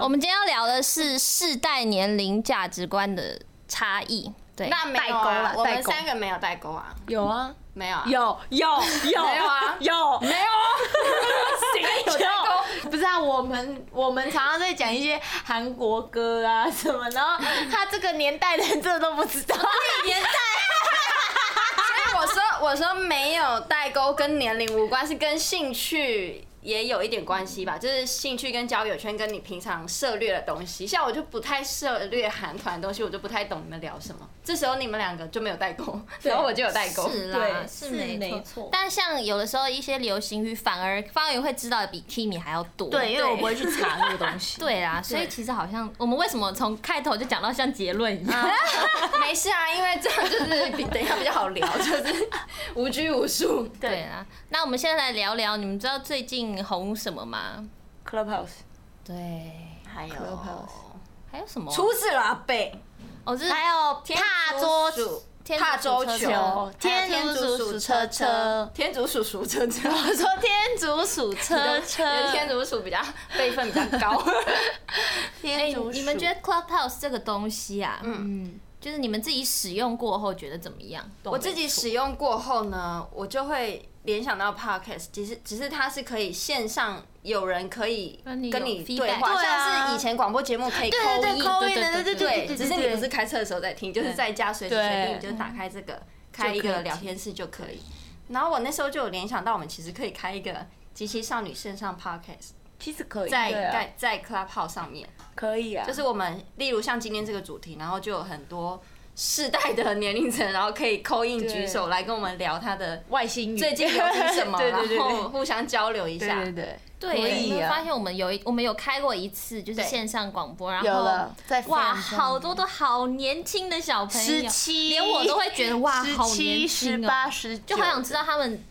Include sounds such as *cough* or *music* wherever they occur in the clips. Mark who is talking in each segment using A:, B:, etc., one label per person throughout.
A: 我们今天要聊的是世代年龄价值观的差异。对，
B: 那没有
C: 代沟啦
B: 啊，我
C: 代
B: 们
C: 沟
B: 三个没有代沟啊，
C: 有啊，
B: 没有啊，
C: 有有有
B: 没有啊
C: 有
B: 没有
C: *laughs*
B: 啊？
C: 有代沟？不是啊，我们我们常常在讲一些韩国歌啊 *laughs* 什么，然后他这个年代的人真的都不知 *laughs* 道。
B: 年代。所以我说，我说没有代沟，跟年龄无关，是跟兴趣也有一点关系吧。就是兴趣跟交友圈，跟你平常涉猎的东西。像我就不太涉猎韩团的东西，我就不太懂你们聊什么。这时候你们两个就没有代沟，然后我就有代沟。
A: 是啦
C: 对，
A: 是
C: 是
A: 没
C: 没
A: 错
C: 错。
A: 但像有的时候一些流行语，反而方圆会知道的比 Kimi 还要多。
C: 对，因为我不
B: *laughs*
C: 会去查那个东西。
A: 对啦，所以其实好像我们为什么从开头就讲到像结论一
C: *laughs*
A: 样？
B: 没事啊，因为这样就是比等一下比较好聊，就是无拘无束。
A: 对啦，那我们现在来聊聊，你们知道最近红什么吗？
C: ，Clubhouse
A: 对，
B: 还有
C: Clubhouse
A: 还有什么？
C: 出事了啊，贝
A: 哦，这是
C: 还有
B: 天
C: 踏
B: 竺
C: 桌
B: 鼠
A: 天
B: 踏
A: 竺
B: 周
A: 鼠车车啊
B: 球、
C: 天竺鼠鼠车车
B: 天竺鼠鼠车
C: *laughs*
B: 车。
C: 我说天竺鼠 *laughs* 车车，
B: 有天竺鼠比较辈分比较
C: *laughs*
B: 高，
A: 哎、
C: 天竺
A: 你们觉得 Clubhouse 这个东西啊，
B: 嗯
A: 嗯，就是你们自己使用过后觉得怎么样？
B: 我自己使用过后呢，我就会联想到 podcast，只是只是它是可以线上有人可以
A: 跟你有
B: 跟你
A: feedback
B: 对话，
C: 对啊
B: 像是以前广播节目可以
C: 对对对
B: 扣
C: 扣
B: 音，
C: 音的，
A: 对
C: 对
B: 对
C: 对
B: 对，
C: 对，
B: 只是你不是开车的时候在听，就是在家随时随地
C: 对嗯
B: 你就打开这个，开一个聊天室就可以。然后我那时候就有联想到，我们其实可以开一个极其少女线上 podcast，
C: 其实可以
B: 在
C: 对啊
B: 在在 Clubhouse 上面。
C: 可以啊，
B: 就是我们，例如像今天这个主题，然后就有很多世代的年龄层，然后可以扣印举手来跟我们聊他 *laughs* 的
C: 外星语
B: 最近流行什么，
C: 对对对
B: 然后
C: 对
B: 互相交流一下
C: 对。对
A: 对，
C: 可
A: 你
C: 以
A: 有
C: 啊
A: 发现我们有一我们有开过一次，就是
B: 对
A: 线上广播，然后
C: 有了在
A: 哇，
C: Facebook 上
A: 好多都好年轻的小朋友，
C: 17
A: 连我都会觉得哇，好年
C: 七、十
A: 轻哦、
C: 八、十九，
A: 就好想知道他们。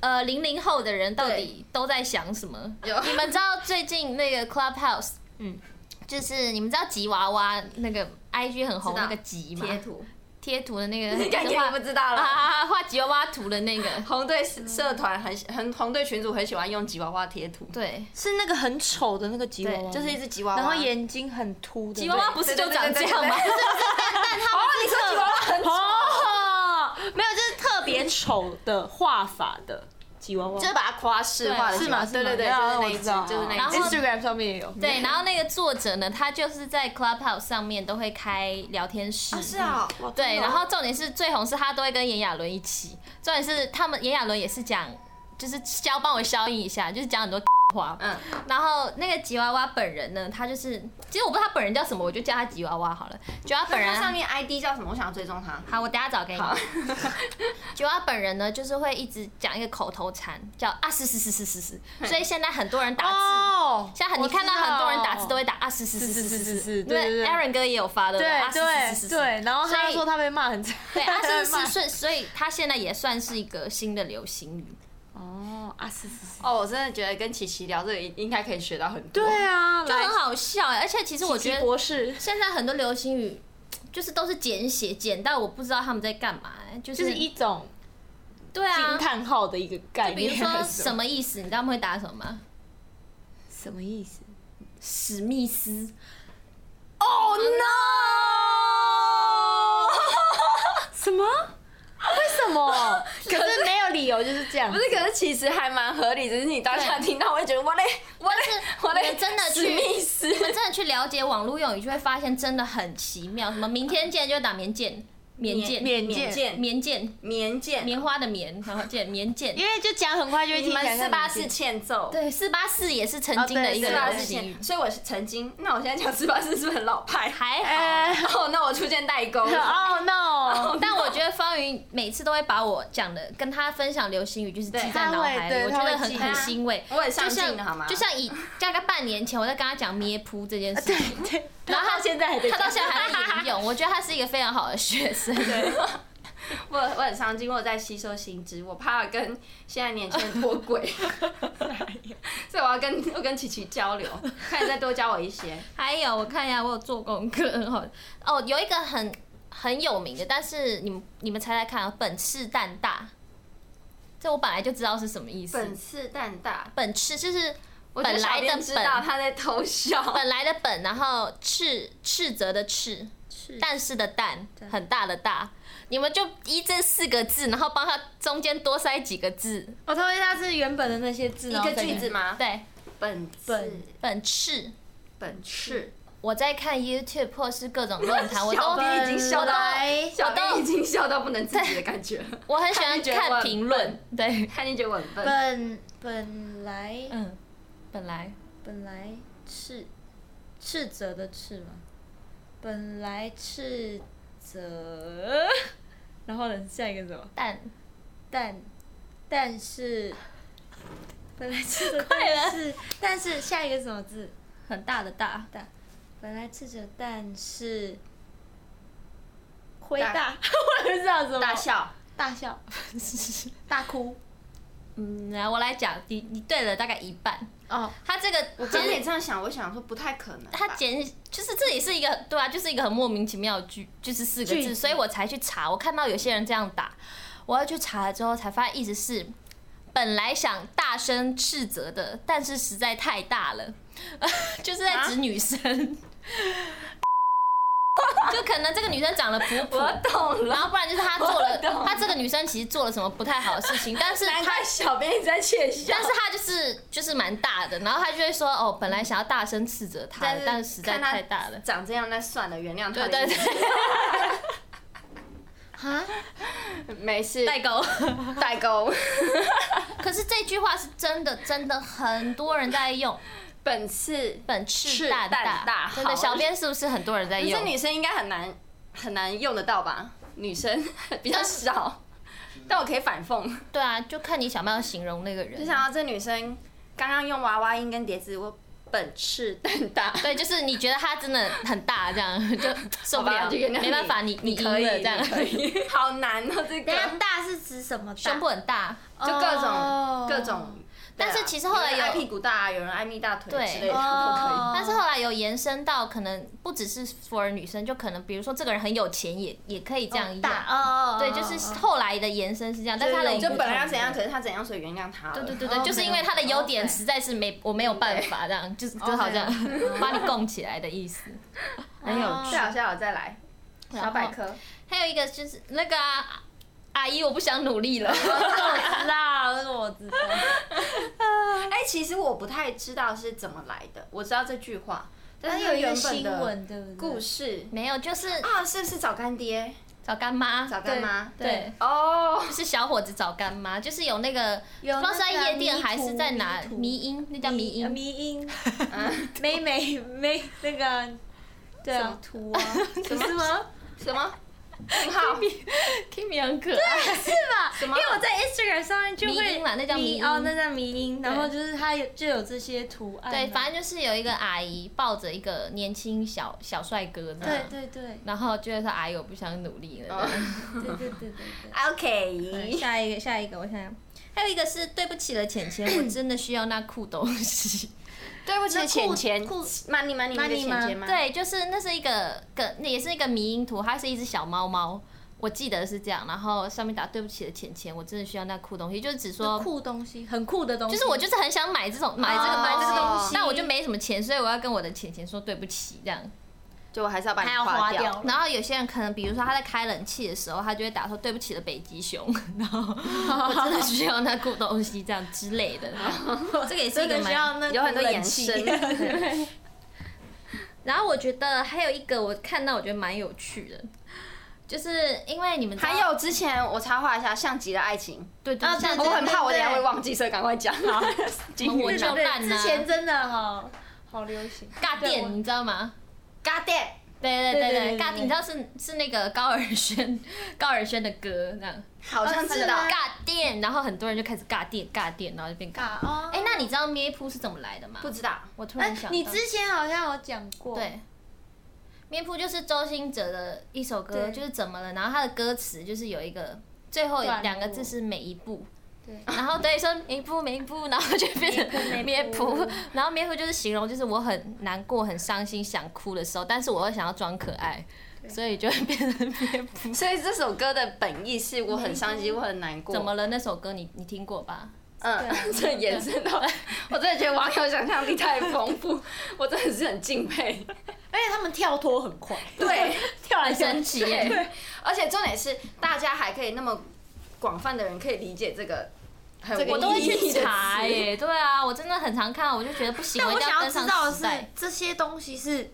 A: 呃，零零后的人到底
B: 对
A: 都在想什么？
B: 有
A: 你们知道最近那个 Clubhouse，嗯
C: 嗯，
A: 就是你们知道吉娃娃那个 IG 很红
B: 知道
A: 那个吉吗？
B: 贴图，
A: 贴图的
B: *laughs*
A: 那个，
B: 你感觉
A: 画
B: 你不知道了。
A: 啊，画吉娃娃图的
B: *laughs*
A: 那个，
B: 红队社团很喜很红队群主很喜欢用吉娃娃贴图，
A: 对，
C: 是那个很丑的那个吉娃娃，
B: 就是一只吉娃娃，
C: 然后眼睛很凸的
A: 吉娃娃不是就长这样吗？
B: 对哦，你说吉娃娃很
C: *laughs* 哦，没有，就是特别丑的画法的吉娃
B: *laughs*
C: 娃
B: 就。是把它夸饰化的
A: 对
B: 吉娃娃，
C: 是吗
B: 啊对对对，
C: 是
B: 就
C: 吗
B: 是那一
C: 我
B: 只，
C: 知道
B: 就是那
A: 然
B: 一
A: 后
B: 只。
C: Instagram 上面也有，
A: 对，然后那个作者呢，他就是在 Clubhouse 上面都会开聊天室，
B: 是啊，哇
A: 对，
B: 真的哦
A: 然后重点是最红是他都会跟炎亚纶一起，重点是他们炎亚纶也是讲，就是消帮我消音一下，就是讲很多 *laughs* 话。
B: 嗯，
A: 然后那个吉娃娃本人呢，他就是，其实我不知道他本人叫什么，我就叫他吉娃娃好了。吉娃娃本人
B: 它上面 ID 叫什么？我想追踪它。
A: 好，我等下找给你。
B: 好，
A: 九娃本人呢，就是会一直讲一个口头禅，叫啊是是是是是是，所以现在很多人打字。
C: 哦，
A: 像很你
C: 我知道
A: 看到很多人打字都会打啊是是是是是是，因为 Aaron 哥也有发的
C: 对
A: 啊是是是
C: 对
A: 是是，
C: 对，然后
A: 所
C: 他
A: 以
C: 说他被骂很惨，
A: 对
C: *laughs*
A: 啊是是是，
C: 是
A: 所以所以他现在也算是一个新的流行语。
C: 哦啊是是是，
B: *laughs* 哦，我真的觉得跟琪琪聊这个应应该可以学到很多。
C: 对啊，
A: 就
C: 就
A: 很好笑哎、而且其实我觉得
C: 博士
A: 现在很多流行语就是都是简写，简到我不知道他们在干嘛、哎就
C: 就是
A: 是
C: 一种
A: 对啊
C: 惊，叹号的一个概
A: 比
C: 念
A: 如
C: 还是么，
A: 说什么意思？你知道他们会打什么吗？
C: 什么意思？
A: 史密
C: *laughs*
A: 斯。
B: Oh no！
C: 什么？为什么？
A: *laughs*
C: 可是没有理由就是这样
B: 不。是，可是其实还蛮合理，只是你当下听到会觉得我嘞，我嘞，我
A: 你
B: 嘞，
A: 们真的去
B: 史密斯
A: 你们真的去了解网络用语，就会发现真的很奇妙。什么明天见就会打棉剑，棉剑，
C: 棉
B: 棉剑
A: 棉剑，
B: 棉剑，
A: 棉花的棉，然后剑，棉剑。
C: 因为就讲很快就会
B: 你
C: 听起
B: 们
C: 来
B: 四
C: 像
B: 八
C: 你
B: 四欠揍，
A: 对，四八四也是曾经
C: 哦
A: 的
C: 对
A: 一个
B: 四
C: 对
B: 八
A: 流
B: 四
A: 行语
B: 欠，，所以我是曾经，那我现在讲四八四是不是很老派？
A: 还好。
C: 哎
B: 然后那我出现代沟，
C: *laughs* ，Oh
B: *laughs*
C: no！
A: 但我觉得方云每次都会把我讲的跟他分享流行语，就是记在脑海
C: 对
A: 里，我
C: 他
A: 觉
C: 会
A: 得很
C: 记
A: 很欣慰。
B: 我很上
A: 就
B: 进的好
A: 像
B: 吗？
A: 就像以大概半年前，我在跟他讲咩噗这
B: *laughs*
A: 件事情，
C: *laughs* 对，
A: 然后他
C: 现在还在
A: 他到
C: 讲
A: 现在还在引用，我觉得他是一个非常好的学
B: *laughs*
A: 生。对，
B: 我我很上进，我有在吸收新知，我怕跟现在年轻人脱轨，所以我要跟我跟琪琪交流，看你再多教我一 *laughs* 些。
A: 还有，我看一下，我有做功课，很好哦，有一个很很有名的，但是你们你们猜猜看啊，本赤蛋大，这我本来就知道是什么意思。
B: 本次蛋大，
A: 本赤就是
B: 我觉得
A: 本
B: 小
A: 来的
B: 编知道
A: 本
B: 他在偷笑，
A: 本来的本，然后斥斥责的斥，但是的但，很大的大。你们就依这四个字，然后帮他中间多塞几个字，哦
C: 我同意它是原本的那些字，
B: 一
C: 然后
B: 个
C: 再
B: 句
C: 原
B: 子吗？
A: 对，
B: 本
C: 本
B: 本
A: 本斥。
B: 本是，
A: 我在看 YouTube 或是各种论坛，我
B: *laughs* 小
A: 都
B: 编已经笑
A: 我
B: 到
C: 都，
B: 小
A: 我
B: 编
A: 都
B: 已经笑到不能自己的感觉了。
A: *laughs* 我很喜欢
B: 觉得我
A: 看
B: 很
A: 评论，对，
B: 看你觉得我很笨，
C: 本本来
A: 嗯，本来
C: 本来斥斥责的斥嘛，本来斥责，然后呢，下一个是什么？
A: 但
C: 但但是本来斥责但是但是下一个是什么字？
A: 很大的大，
C: 大，本来斥责但是亏
B: 大
C: 大， *laughs* 我也不知道什么
B: 大笑。
A: *laughs*
C: 大笑大哭
A: 嗯，来我来讲，你你对了大概一半。
C: 哦，
A: 他这个
B: 我刚才也
A: 简，
B: 这样想，我想说不太可能吧。
A: 他简就是这也是一个对啊，就是一个很莫名其妙的句，就是四个
C: 句
A: 字，
C: 子
A: 所以我才去查。我看到有些人这样打，我要去查了之后才发现意思是。本来想大声斥责的，但是实在太大了， *laughs* 就是在
B: 啊
A: 指女生，就可能这个女生长得
B: *laughs*
A: 普普，
B: 我懂
A: 然
B: 了，
A: 后不然就是她做
B: 我懂
A: 了，她这个女生其实做了什么不太好的事情，但是
B: 难
A: 她
B: 怪小编一直在窃笑。
A: 但是他就是就是蛮大的，然后他就会说哦，本来想要大声斥责他的，但是实在
B: 看他
A: 太大了。
B: 长这样那算了，原谅他
A: 对
B: 的
A: 对
B: 意思。
A: 对，
C: 啊，
A: *laughs*
B: 没事，
A: 代沟。
B: 代沟。 *laughs*
A: 可是这句话是真的，真的很多人在用，
B: 本次
A: 本斥
B: 斥
A: 大的
B: 大大
A: 真的，
B: 好
A: 小编是不是很多人在
B: 可是
A: 用？
B: 女生应该很难很难用得到吧？女生 *laughs* 比较少，但我可以反讽，
A: 对啊，就看你想不想形容那个
B: 就
A: 人。
B: 想到这女生刚刚用娃娃音跟碟子，我本事蛋大。
A: 对，就是你觉得他真的很大，这样 *laughs* 就受不
B: 好
A: 了，
B: 吧就原谅你
A: 没办法，你
B: 你
A: 赢
B: 可
A: 了
B: 以
A: 这样
B: 你，可以，好难哦，这
C: 等一下
B: 个
C: 大是指什么
A: *laughs*
C: 大？
A: 啊胸部很大，
B: 就各
C: 哦
B: 种各种。
A: 但是
B: 对啊
A: 其实后来
B: 有人爱
A: 有
B: 屁股大啊，有人爱蜜大腿
A: 对
B: 之类的
C: 哦
B: 都可以。
A: 但是后来有延伸到可能不只是 for 女生，就可能比如说这个人很有钱也也可以这样用。
C: 大哦，哦
A: 对，就是
B: 嗯
A: 后来的延伸是这样，但是他的
B: 就本来要怎样，可是他怎样，所以原谅他了。
A: 对对对
C: 哦
A: 对，就是因为他的优点实在是没我没有办法这样，
C: 哦
A: 就是只好这样
C: 啊
A: 把你供起来的意思。
C: 很有
B: 最好下好再来，小百科。
A: 还有一个就是那个啊阿姨，我不想努力了。
C: *laughs* 我知道，这个我 *laughs* 知道。
B: 哎、其实我不太知道是怎么来的，我知道这句话，但
C: 它
B: 是
C: 有一个
B: 原本
C: 新
B: 的
C: 闻，对不对？
B: 故事
A: 没有，就是
B: 啊，是不是找干爹、
A: 找干妈，
B: 找干妈？
A: 对对
B: 哦， *laughs*
A: 就是小伙子找干妈，就是有那个不知
C: 有那
A: 道
C: 个
A: 是在夜店还是在哪
C: 迷途
A: 迷音，那叫迷音。
C: 迷
A: *laughs*
C: 音，美美美那个，对
B: 什
C: 啊
B: 么，
C: 图 *laughs* 啊，不是吗？
B: 什 *laughs* 么？很好，
A: Kimi 很可爱，
C: 是吧？
B: 什
C: 因
B: 么
C: 为我在 Instagram 上面就
A: 迷
C: 会
A: 音嘛那叫迷
C: 迷
A: 音
C: 哦，那叫迷音，然后
A: 对
C: 就是它有就有这些图案啊，
A: 对，反正就是有一个阿姨抱着一个年轻小小帅哥这样
C: 对对对
A: 然后就会说阿姨我不想努力了。这样
B: 哦
C: 对对对
A: *laughs*
C: 对对。
A: 啊
C: 对
B: *laughs* OK，
C: 下一个，下一个，我想想，
A: 还有一个是对不起了，浅浅， *clears throat* 我真的需要那酷东西。
B: 对不起，浅浅
C: 酷
B: ，money money 那个
C: Money 吗
B: 浅浅吗？，
A: 对，就是那是一个梗，那也是一个迷因图，它是一只小猫猫，我记得是这样。然后上面打对不起了，浅浅，我真的需要那酷东西，就是只说，
C: 酷东西，很酷的东西，
A: 就是
C: *laughs*
A: 我就是很想买这种买这个
B: 哦
A: 买这个东
B: 哦
A: 西，但我就没什么钱，所以我要跟我的浅浅说对不起这样。
B: 就我还是要把你
C: 还要花
B: 花
C: 掉
A: 然后有些人可能，比如说他在开冷气的时候，他就会打说对不起了北极熊，然后我真的需要那酷东西这样之类的。这个也是一个
C: 这个需
A: 蛮
C: 要那
B: 有很多
C: 冷
B: 延
A: *laughs*
C: 气
B: 伸
A: 然后我觉得还有一个我看到我觉得蛮有趣的，就是因为你们知道
B: 还有之前我插话一下，像极了爱 *laughs* 情，
A: 对对
C: 啊
A: 像
C: 对
B: 我
A: 这个
B: 很怕我等一下
C: 对
B: 会忘记，所以赶快讲。
A: *laughs*
B: *laughs* 金
A: 我
B: 鱼
A: 就
C: 对对，
A: 烂啊
C: 之前真的哈好流行，
A: 尬
C: 对我
A: 电，你知道吗？
B: ，God damn，
A: 对对
C: 对对
A: 对对，
C: 对对
A: 尬电，你知道是是那个高尔宣高尔宣的歌那样
B: 好像知道
C: 啊。
A: 尬电，然后很多人就开始尬电尬电，然后就变尬。
C: 嘎哦。
A: 哎，那你知道咩噗是怎么来的吗
B: 不？知道，
A: 我突
C: 哎
A: 然想，到，
C: 你之前好像有讲过，
A: 对，面谱就是周兴哲的一首歌，
C: 对
A: 就是怎么了？然后他的歌词就是有一个最后
C: 段落
A: 两个字是每一步。
C: 对
A: 然后对说每一步每一步，然后就变成
C: *laughs* 每
A: 咩
C: 一步
A: 噗，然后咩噗就是形容就是我很难过、很伤心、想哭的时候，但是我又想要装可爱，所以就会变成咩
C: *laughs*
A: 噗。
B: 所以这首歌的本意是我很伤心，我很难过。
A: 怎么了？那首歌你你听过吧？
B: 嗯
D: 对啊，
B: *laughs* 这延伸到，我真的觉得网友想象力太丰富，我真的是很敬佩。
C: 而且他们跳脱很快，
B: 对，
C: 跳来
A: 升级耶， *laughs*
B: 对，而且重点是，大家还可以那么广泛的人可以理解这个很
C: 这个
A: 我都会
B: 有意
A: 去
B: 义的
A: 查
B: 词
A: 耶、对啊，我真的很常看，我就觉得不行，
C: 但
A: 一
C: 我
A: 定
C: 想要
A: 跟
C: 知道
A: 上
C: 的
A: 时
C: 是
A: 代。
C: 这些东西是，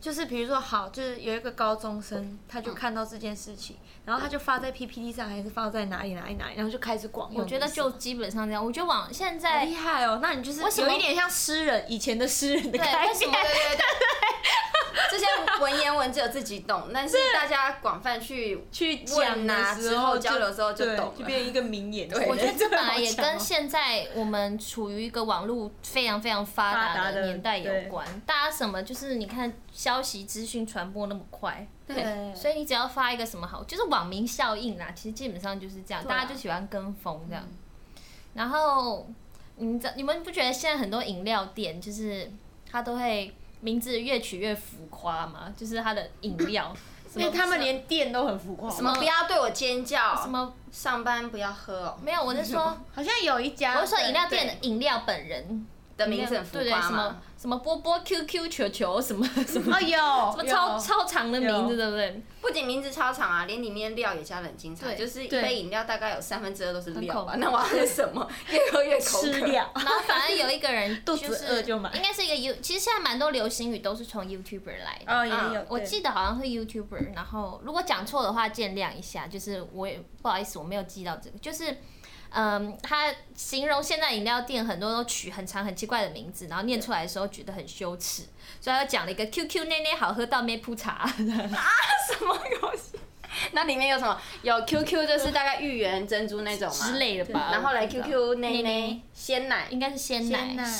C: 就是比如说好，就是有一个高中生，他
A: 嗯
C: 就看到这件事情，然后他就发在 PPT 上，还是发在哪里哪里哪里，然后就开始广用。
A: 我觉得就基本上这样，我觉得往现
C: 好
A: 在
C: 厉害哦，那你就是
A: 为什么
C: 有一点像诗人以前的诗人的
A: 对
C: 概
A: 为什
C: 念
A: 么。
B: 对对对对，这些文言文只有自己懂，但是大家广泛去
C: 去
B: 问
C: 讲
B: 啊
C: 的
B: 之
C: 时
B: 后
C: 候
B: 交流之后就
C: 对
B: 懂
C: 就
B: 了
C: 变成一个名言。
A: *laughs*
B: 对
A: 我觉得这本
C: *laughs*
A: 来也
C: 好强
A: 跟
C: 哦
A: 现在我们处于一个网络非常非常发
C: 发
A: 达
C: 达
A: 的
C: 的
A: 年代
C: 对
A: 有关。大家什么就是你看消息资讯传播那么快，
C: 对，
A: 所以你只要发一个什么好，就是网民效应啦。其实基本上就是这样，
B: 对啊
A: 大家就喜欢跟风这样。然后你知你们不觉得现在很多饮料店就是它都会名字越取越浮夸吗？就是它的饮料，什
C: 因
A: 么
C: 为他们连电都很浮夸。
B: 什么不要对我尖叫，
A: 什么
B: 上班不要喝哦
A: 没有，我是说。
C: 好像有一家，
A: 我是说饮料店的饮料本人
B: 的名字很浮
A: 对对，
B: 夸
A: 什么
B: 嘛。
A: 什么波波 QQ 球球什 *laughs* 么什么
C: 哦有，
A: 什么
C: 有
A: 超超长的名字，对不对？
B: 不仅名字超长啊，连里面料也加了很精彩，
A: 对
B: 就是一
C: 对
B: 杯饮料大概有三分之二都是料吧。
A: 很恐怖
B: 那我要喝什
A: *laughs*
B: 么？越喝越口
C: 吃
B: 渴。
C: 掉。
A: *laughs* 然后反正有一个 *laughs* 人
C: 肚
A: 就
C: 子
A: 是
C: 饿就买
A: 应该是一个 You，其实现在蛮多流行语都是从 YouTuber 来的。
C: 哦也
B: 嗯
C: 有，
A: 我
C: 对
A: 记得好像是 YouTuber，然后如果讲错的话见谅一下，就是我也不好意思我没有记到这个，就是嗯，他形容现在饮料店很多都取很长很奇怪的名字，然后念出来的时候觉得很羞耻，所以他就讲了一个 QQ 奶奶好喝到咩铺茶，
B: *laughs* 什么游戏？那里面有什么？有 QQ 就是大概芋圆珍珠那种嘛
A: 之类的吧。
B: 然后
A: 我
B: 来
A: 不知道
B: QQ 奶
A: 内
B: 奶
A: 内
B: 鲜奶，
A: 应该是鲜奶，
C: 天哪，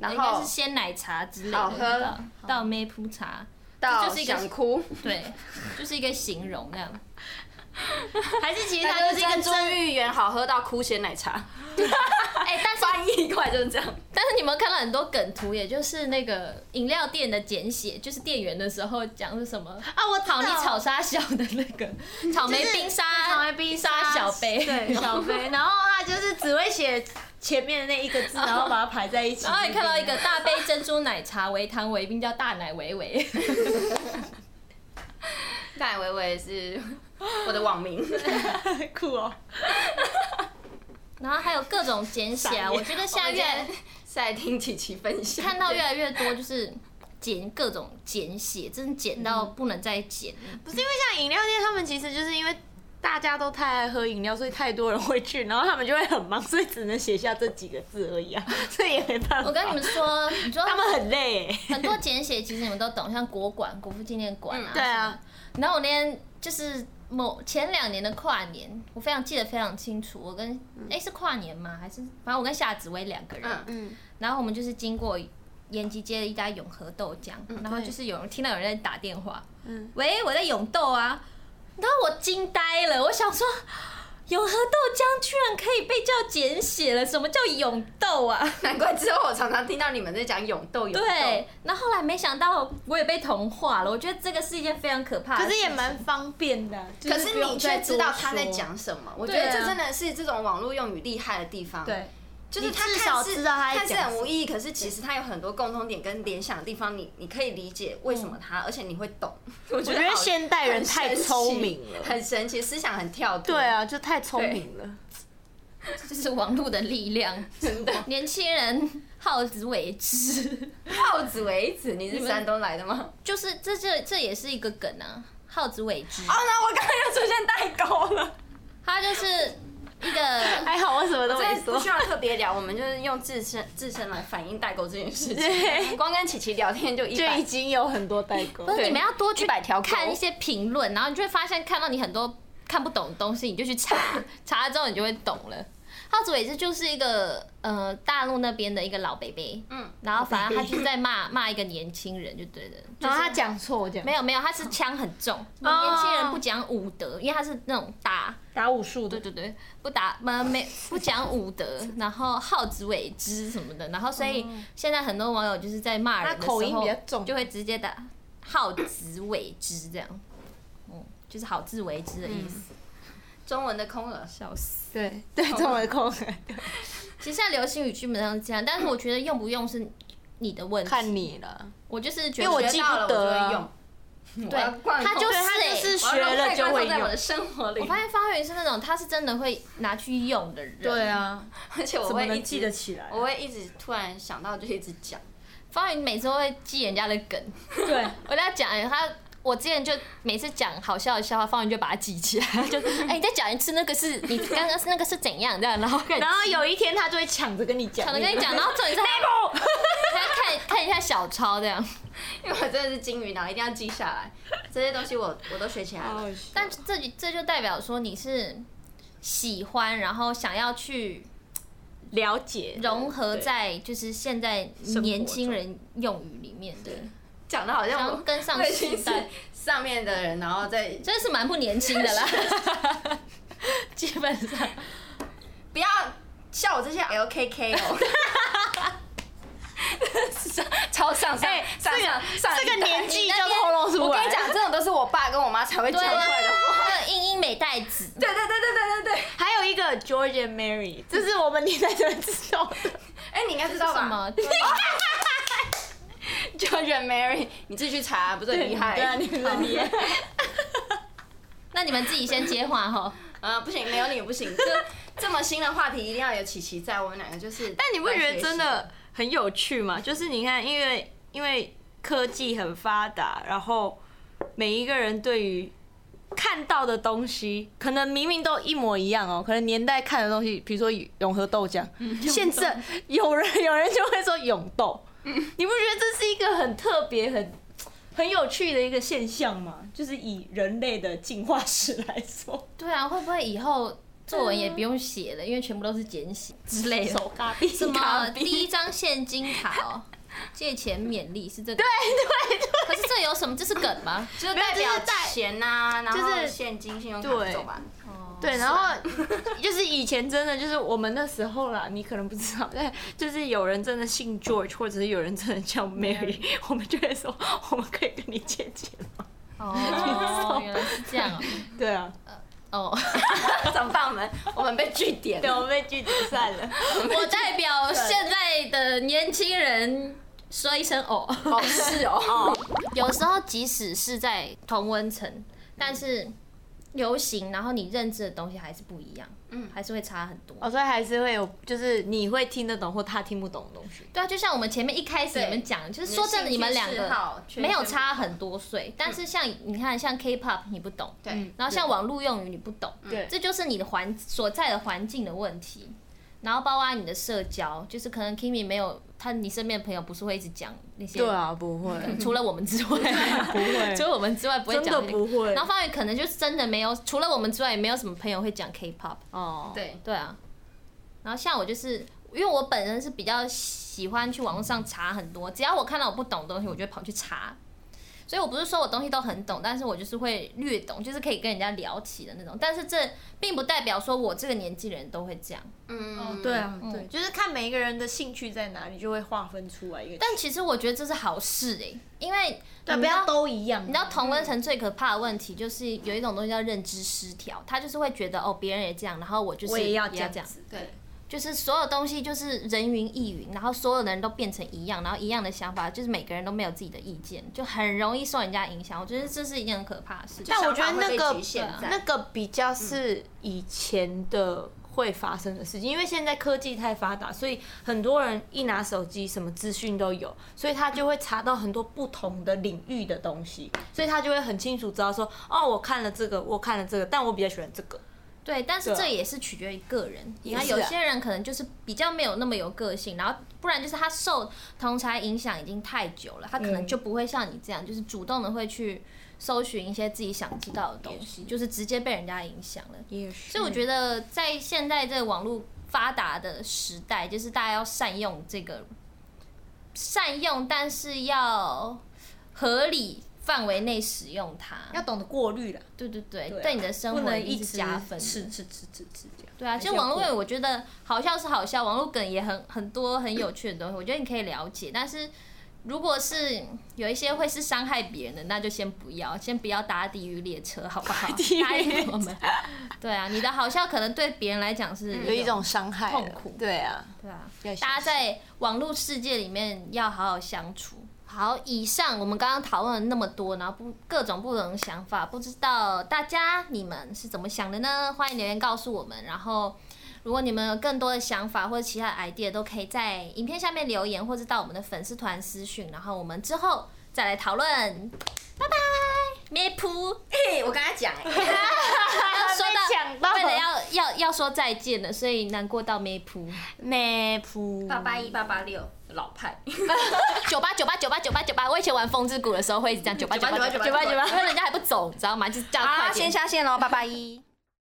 B: 然
A: 应该
B: 后
A: 是鲜奶茶之类的，
B: 好喝
A: 到到咩铺茶，
B: 到
A: 就是一个
B: 想哭，
A: 对，就是一个形容这样。还是其实
B: 那
A: 它
B: 就是
A: 一个
B: 珍珠
A: 真，
B: 芋圆好喝到哭鲜奶茶。
A: 哎、但是
B: 翻译过来就是这样。
A: 但是你们看到很多梗图，也就是那个饮料店的简写，就是店员的时候讲是什么
C: 哦
A: 啊，我草你炒沙小的那个草莓冰沙，
C: 草莓冰
A: 沙小杯， *laughs*
C: 对 *laughs* 小杯，然后他就是只会写前面的那一个
A: *laughs*
C: 字，然后把它排在一起。
A: 哦然后你看到一个大杯珍珠奶茶，微糖微冰叫大奶维维，
B: 戴维维是我的网名，
C: *laughs* 酷哦，
A: *laughs* 然后还有各种简写啊，
C: 傻眼
A: 我觉得现在越
B: 是来听琪琪分享。
A: 看到越来越多就是简各种简写，真的简到不能再简。
C: 不是因为像饮料店，他们其实就是因为。大家都太爱喝饮料，所以太多人会去，然后他们就会很忙，所以只能写下这几个字而已 *laughs* 啊，这也没办法。
A: 我跟你们说，你说
C: 他们很累欸，
A: 很多简写其实你们都懂，像国馆、国父纪念馆啊。
B: 嗯
C: 对啊，
A: 然后我那天就是某前两年的跨年，我非常记得非常清楚。我跟哎、是跨年吗？还是反正我跟夏紫薇两个人，
B: 嗯，
C: 嗯，
A: 然后我们就是经过延吉街的一家永和豆浆，然后就是有人听到有人在打电话，
C: 嗯
A: 喂，我在永豆啊，然后我惊呆了，我想说。永和豆浆居然可以被叫简写了，什么叫永豆啊？
C: *laughs*
B: 难怪之后我常常听到你们在讲永豆永豆。
A: 对，那后来没想到我也被同化了，我觉得这个是一件非常可怕的
C: 可
A: 事
C: 是
A: 情。
C: 也蛮方便的啊。就
B: 可是
C: 不用
B: 你
C: 再
B: 却知
C: 多
B: 道他在
C: 说，
B: 讲什么，我觉
C: 对
B: 得
C: 啊
B: 这真的是这种网络用语厉害的地方。，
C: 对，
B: 就是他
C: 你至
B: 看
C: 少
B: 似
C: 知道他在
B: 看似
C: 讲什
B: 很
C: 么
B: 无意义，可是其实他有很多共通点跟联想的地方，你你可以理解为什么他，而且你会懂。嗯 *laughs* 我
C: 我
B: 觉
C: 觉
B: 好
C: 得现代人太聪明
B: 很神奇
C: 了。
B: 很神奇，思想很跳脱。
C: 对，啊，就太聪明了。
A: 就是网络的力量， *laughs*
B: 真
C: *laughs*
B: 的。
C: 哦
A: 年轻人好自为之， *laughs*
B: 耗子为止，你是
A: 们
B: 山东来的吗？
A: 就是这这这也是一个梗啊，好自为之，
B: 哦，那我刚刚又出现代沟了。
A: 他就是一个。
C: *laughs* 还好我什么都
B: 这
C: 没
B: 不
C: 说
B: 需。要特别聊，我们就是用自身自身来反映代沟这件事情。
C: 对
B: 光跟琪琪聊天就一
C: 就
B: 百
C: 已，经有很多代沟
A: 不，是
B: 对
A: 你们要多去
B: 100条狗
A: 看一些评论，然后你就会发现看到你很多看不懂的东西，你就去查，查了之后你就会懂了。好自为之就是一个呃大陆那边的一个老伯伯，
B: 嗯，
A: 然后反正他就是在骂骂一个年轻人就对了，
C: 然后他讲错，这样
A: 没有没有，他是枪很重，年轻人不讲武德，因为他是那种打
C: 打武术的
A: 对，对对，不打没没不讲武 *laughs* 德，然后好自为之什么的，然后所以现在很多网友就是在骂人的
C: 他
A: 时候，
C: 口音比较重
A: 就会直接打好自为之这样，嗯，就是好自为之的意思。
B: 中文的空耳，
D: 笑死。
C: 对对，中文空耳，
A: 其实现在流行语基本上是这样，但是我觉得用不用是你的问题。
C: 看你了。
A: 我就是觉
C: 因为我
A: 得，
C: 记
B: 学到了
C: 不得啊
B: 我就会用。
A: 对
B: 我要贯
A: 他
B: 通
A: 就是
C: 对他就是
A: 欸
C: 学了就
B: 我要让快贯
C: 会
B: 通在我
C: 用
B: 的。生活里
A: 我，发现方圆是那种他是真的会拿去用的人。
C: 对，啊，
B: 而且我
D: 怎么
B: 会一
D: 能
B: 直
D: 记得起来？
B: 我会一直突然想到就一直讲，
A: 方圆每次都会记人家的梗。
D: 对，
A: 我跟他讲，哎他我之前就每次讲好笑的笑话，方圆就把它记起来，就哎、你再讲一次那个是你刚刚是那个是怎样这样，然后看
C: 然后有一天他就会抢着跟你讲，
A: 可能跟你讲，
C: *laughs*
A: 然后重点是还还要看看一下小抄这样。
B: 因为我真的是金鱼脑，一定要记下来这些东西我，我都学起来了。
A: 但这这就代表说你是喜欢，然后想要去
C: 了解
A: 融合在就是现在年轻人用语里面的，
B: 讲的好
A: 然
B: 像
A: 后
B: 我
A: 跟上
B: 我已
A: 时
B: 经是
A: 代，
B: *laughs* 上面的人，然后再
A: 真的是蛮不年轻 *laughs* 的啦。基本上，
B: 不要笑我这些 LKK
C: *laughs*
B: 哦。 *laughs* 超上上
C: 哎
B: 上上上
C: 这个年纪就透露出来。
B: 我跟你讲，这种都是我爸跟我妈才会讲出来的话。
A: 还有英英美代子，
B: *laughs*
C: 啊
B: 对对对对对对对，
C: *laughs* 还有一个 George and Mary，这是我们年代才知道的。
B: 哎，你应该知道
A: 什
B: 吧
A: 么？
C: 啊
B: *laughs* ？George and Mary，你自己去查，不是很厉
C: 对
B: *laughs*
C: 啊，
B: 害？
C: 你们的年代
A: 那你们自己先接话哈。
B: 呃，不行，没有你也不行。这这么新的话题，一定要有琪琪在，我们两个就是。
C: 但你不觉得真？的很有趣吗？就是你看，因为因为科技很发达，然后每一个人对于看到的东西，可能明明都一模一样哦，可能年代看的东西，比如说永和豆浆，现在有人有人就会说永豆，你不觉得这是一个很特别很？很有趣的一个现象嘛，就是以人类的进化史来说，
A: 对啊，会不会以后作文也不用写了，因为全部都是简写之类的？
C: 手嘎比
A: 什么啊
C: 嘎
A: 第
C: 比
A: 一张现金卡哦，借钱免利是这个？对对对。可是这有什么？这是梗吗？
B: 就是代表
C: 没有就是代
B: 钱呐，然
C: 就
B: 后
C: 是
B: 现金、信用卡
C: 对
B: 这种吧。 *laughs*
C: 对，然后 *laughs* 就是以前真的就是我们那时候啦，你可能不知道，但就是有人真的姓 George，或者是有人真的叫 Mary，我们就会说我们可以跟你借 *laughs* 钱吗？
A: 哦， *laughs* 原来是这样哦。
C: 对啊，
A: 哦，
B: 怎么办？我们我们被据点
C: 对，
B: 了。
C: 我们被拒绝散 *laughs* 了。
A: 我代表现在的年轻人说一声哦。
B: 哦，是 *laughs* 哦。
A: *laughs* 有时候即使是在同温层，但是流行，然后你认知的东西还是不一样，嗯，还是会差很多。
C: 哦，所以还是会有，就是你会听得懂或他听不懂的东西。
A: 对啊，就像我们前面一开始
B: 对
A: 你们讲，就是说真的，你们两
B: 兴趣嗜
A: 个
B: 好圈
A: 没有
B: 圈不
A: 差
B: 同
A: 很多岁，但是像你看，像 K-pop 你不懂，
B: 嗯对，嗯
A: 然后像网络用语你不懂，
C: 对
A: 这就是你的环所在的环境的问题，然后包括你的社交，就是可能 Kimi 没有他，你身边的朋友不是会一直讲那些，，
C: 啊，不 *laughs* 会，
A: 除了我们之
C: *laughs*
A: 外，
C: 不会
A: 除了我们之外不会讲
C: 真的
A: 那个
C: 不会
A: 然后方宇可能就是真的没有，除了我们之外，也没有什么朋友会讲 K-pop。
C: 哦，
B: 对，
A: 对啊，然后像我就是，因为我本人是比较喜欢去网络上查很多，只要我看到我不懂的东西，我就会跑去查。所以我不是说我东西都很懂，但是我就是会略懂，就是可以跟人家聊起的那种。但是这并不代表说我这个年纪的人都会这样。
B: 嗯，
C: 对啊，对，就是看每一个人的兴趣在哪里，就会划分出来一个。
A: 但其实我觉得这是好事诶、因为
C: 对，啊不要都一样。
A: 你知道同温层最可怕的问题就是有一种东西叫认知失调，他就是会觉得哦别人也这样，然后我就是
C: 我也要
A: 这
C: 这
A: 样
C: 样
A: 这样。
C: 子
B: 对，
A: 就是所有东西就是人云亦云，然后所有的人都变成一样，然后一样的想法，就是每个人都没有自己的意见，就很容易受人家影响。我觉得这是一件很可怕的事情。
C: 但我觉得
B: 想
C: 那
B: 法
C: 个
B: 会被局限在
C: 那个比较是以前的会发生的事情，因为现在科技太发达，所以很多人一拿手机，什么资讯都有，所以他就会查到很多不同的领域的东西，所以他就会很清楚知道说，哦，我看了这个，我看了这个，但我比较喜欢这个。
A: 对，但是
C: 对啊
A: 这也是取决于个人。你看，
C: 是啊
A: 有些人可能就是比较没有那么有个性，然后不然就是他受同才影响已经太久了，他可能
C: 嗯
A: 就不会像你这样，就是主动的会去搜寻一些自己想知道的东西，就是直接被人家影响了。
C: 也是
A: 所以我觉得，在现在这个网络发达的时代，就是大家要善用这个，善用，但是要合理范围内使用它
C: 要。懂得过滤了，
A: 对对对，
C: 对啊
A: 对你的生
C: 不
A: 活
C: 能
A: 一
C: 一
A: 定是
C: 直
A: 加分的。
C: 吃吃吃吃吃这样。
A: 对啊，
C: 还
A: 其
C: 是
A: 实
C: 要
A: 网络
C: 过
A: 梗我觉得好笑是好笑，网络梗也很很多很有趣的东西，我觉得你可以了解，但是如果是有一些会是伤害别人的，那就先不要，先不要搭地狱列车，好不好？
C: 地狱
A: 答
C: 列
A: 应
C: 车
A: 我们。对啊，你的好笑可能对别人来讲是
C: 有一种伤害了
A: 痛苦
C: 对啊，
A: 对啊，
C: 要小
A: 大家
C: 心
A: 在网络世界里面要好好相处。好，以上我们刚刚讨论了那么多，然后不各种不同的想法，不知道大家你们是怎么想的呢？欢迎留言告诉我们。然后，如果你们有更多的想法或者其他的 idea，都可以在影片下面留言，或者到我们的粉丝团私讯，然后我们之后再来讨论。拜拜，咩噗。
B: 嘿，我跟他讲，哎
A: 要说
C: 被抢到
A: *laughs* 为了要要要说再见了，所以难过到咩噗。
C: 咩噗，
B: 八八一八八六，老派。
A: 九八九八九八九八九八，我以前玩风之谷的时候会一直这样九八九八九八九八，因为人家还不走，你知道吗？就是这样
B: 好
A: 快
B: 啦，
A: 点
B: 先。下线喽，八八一。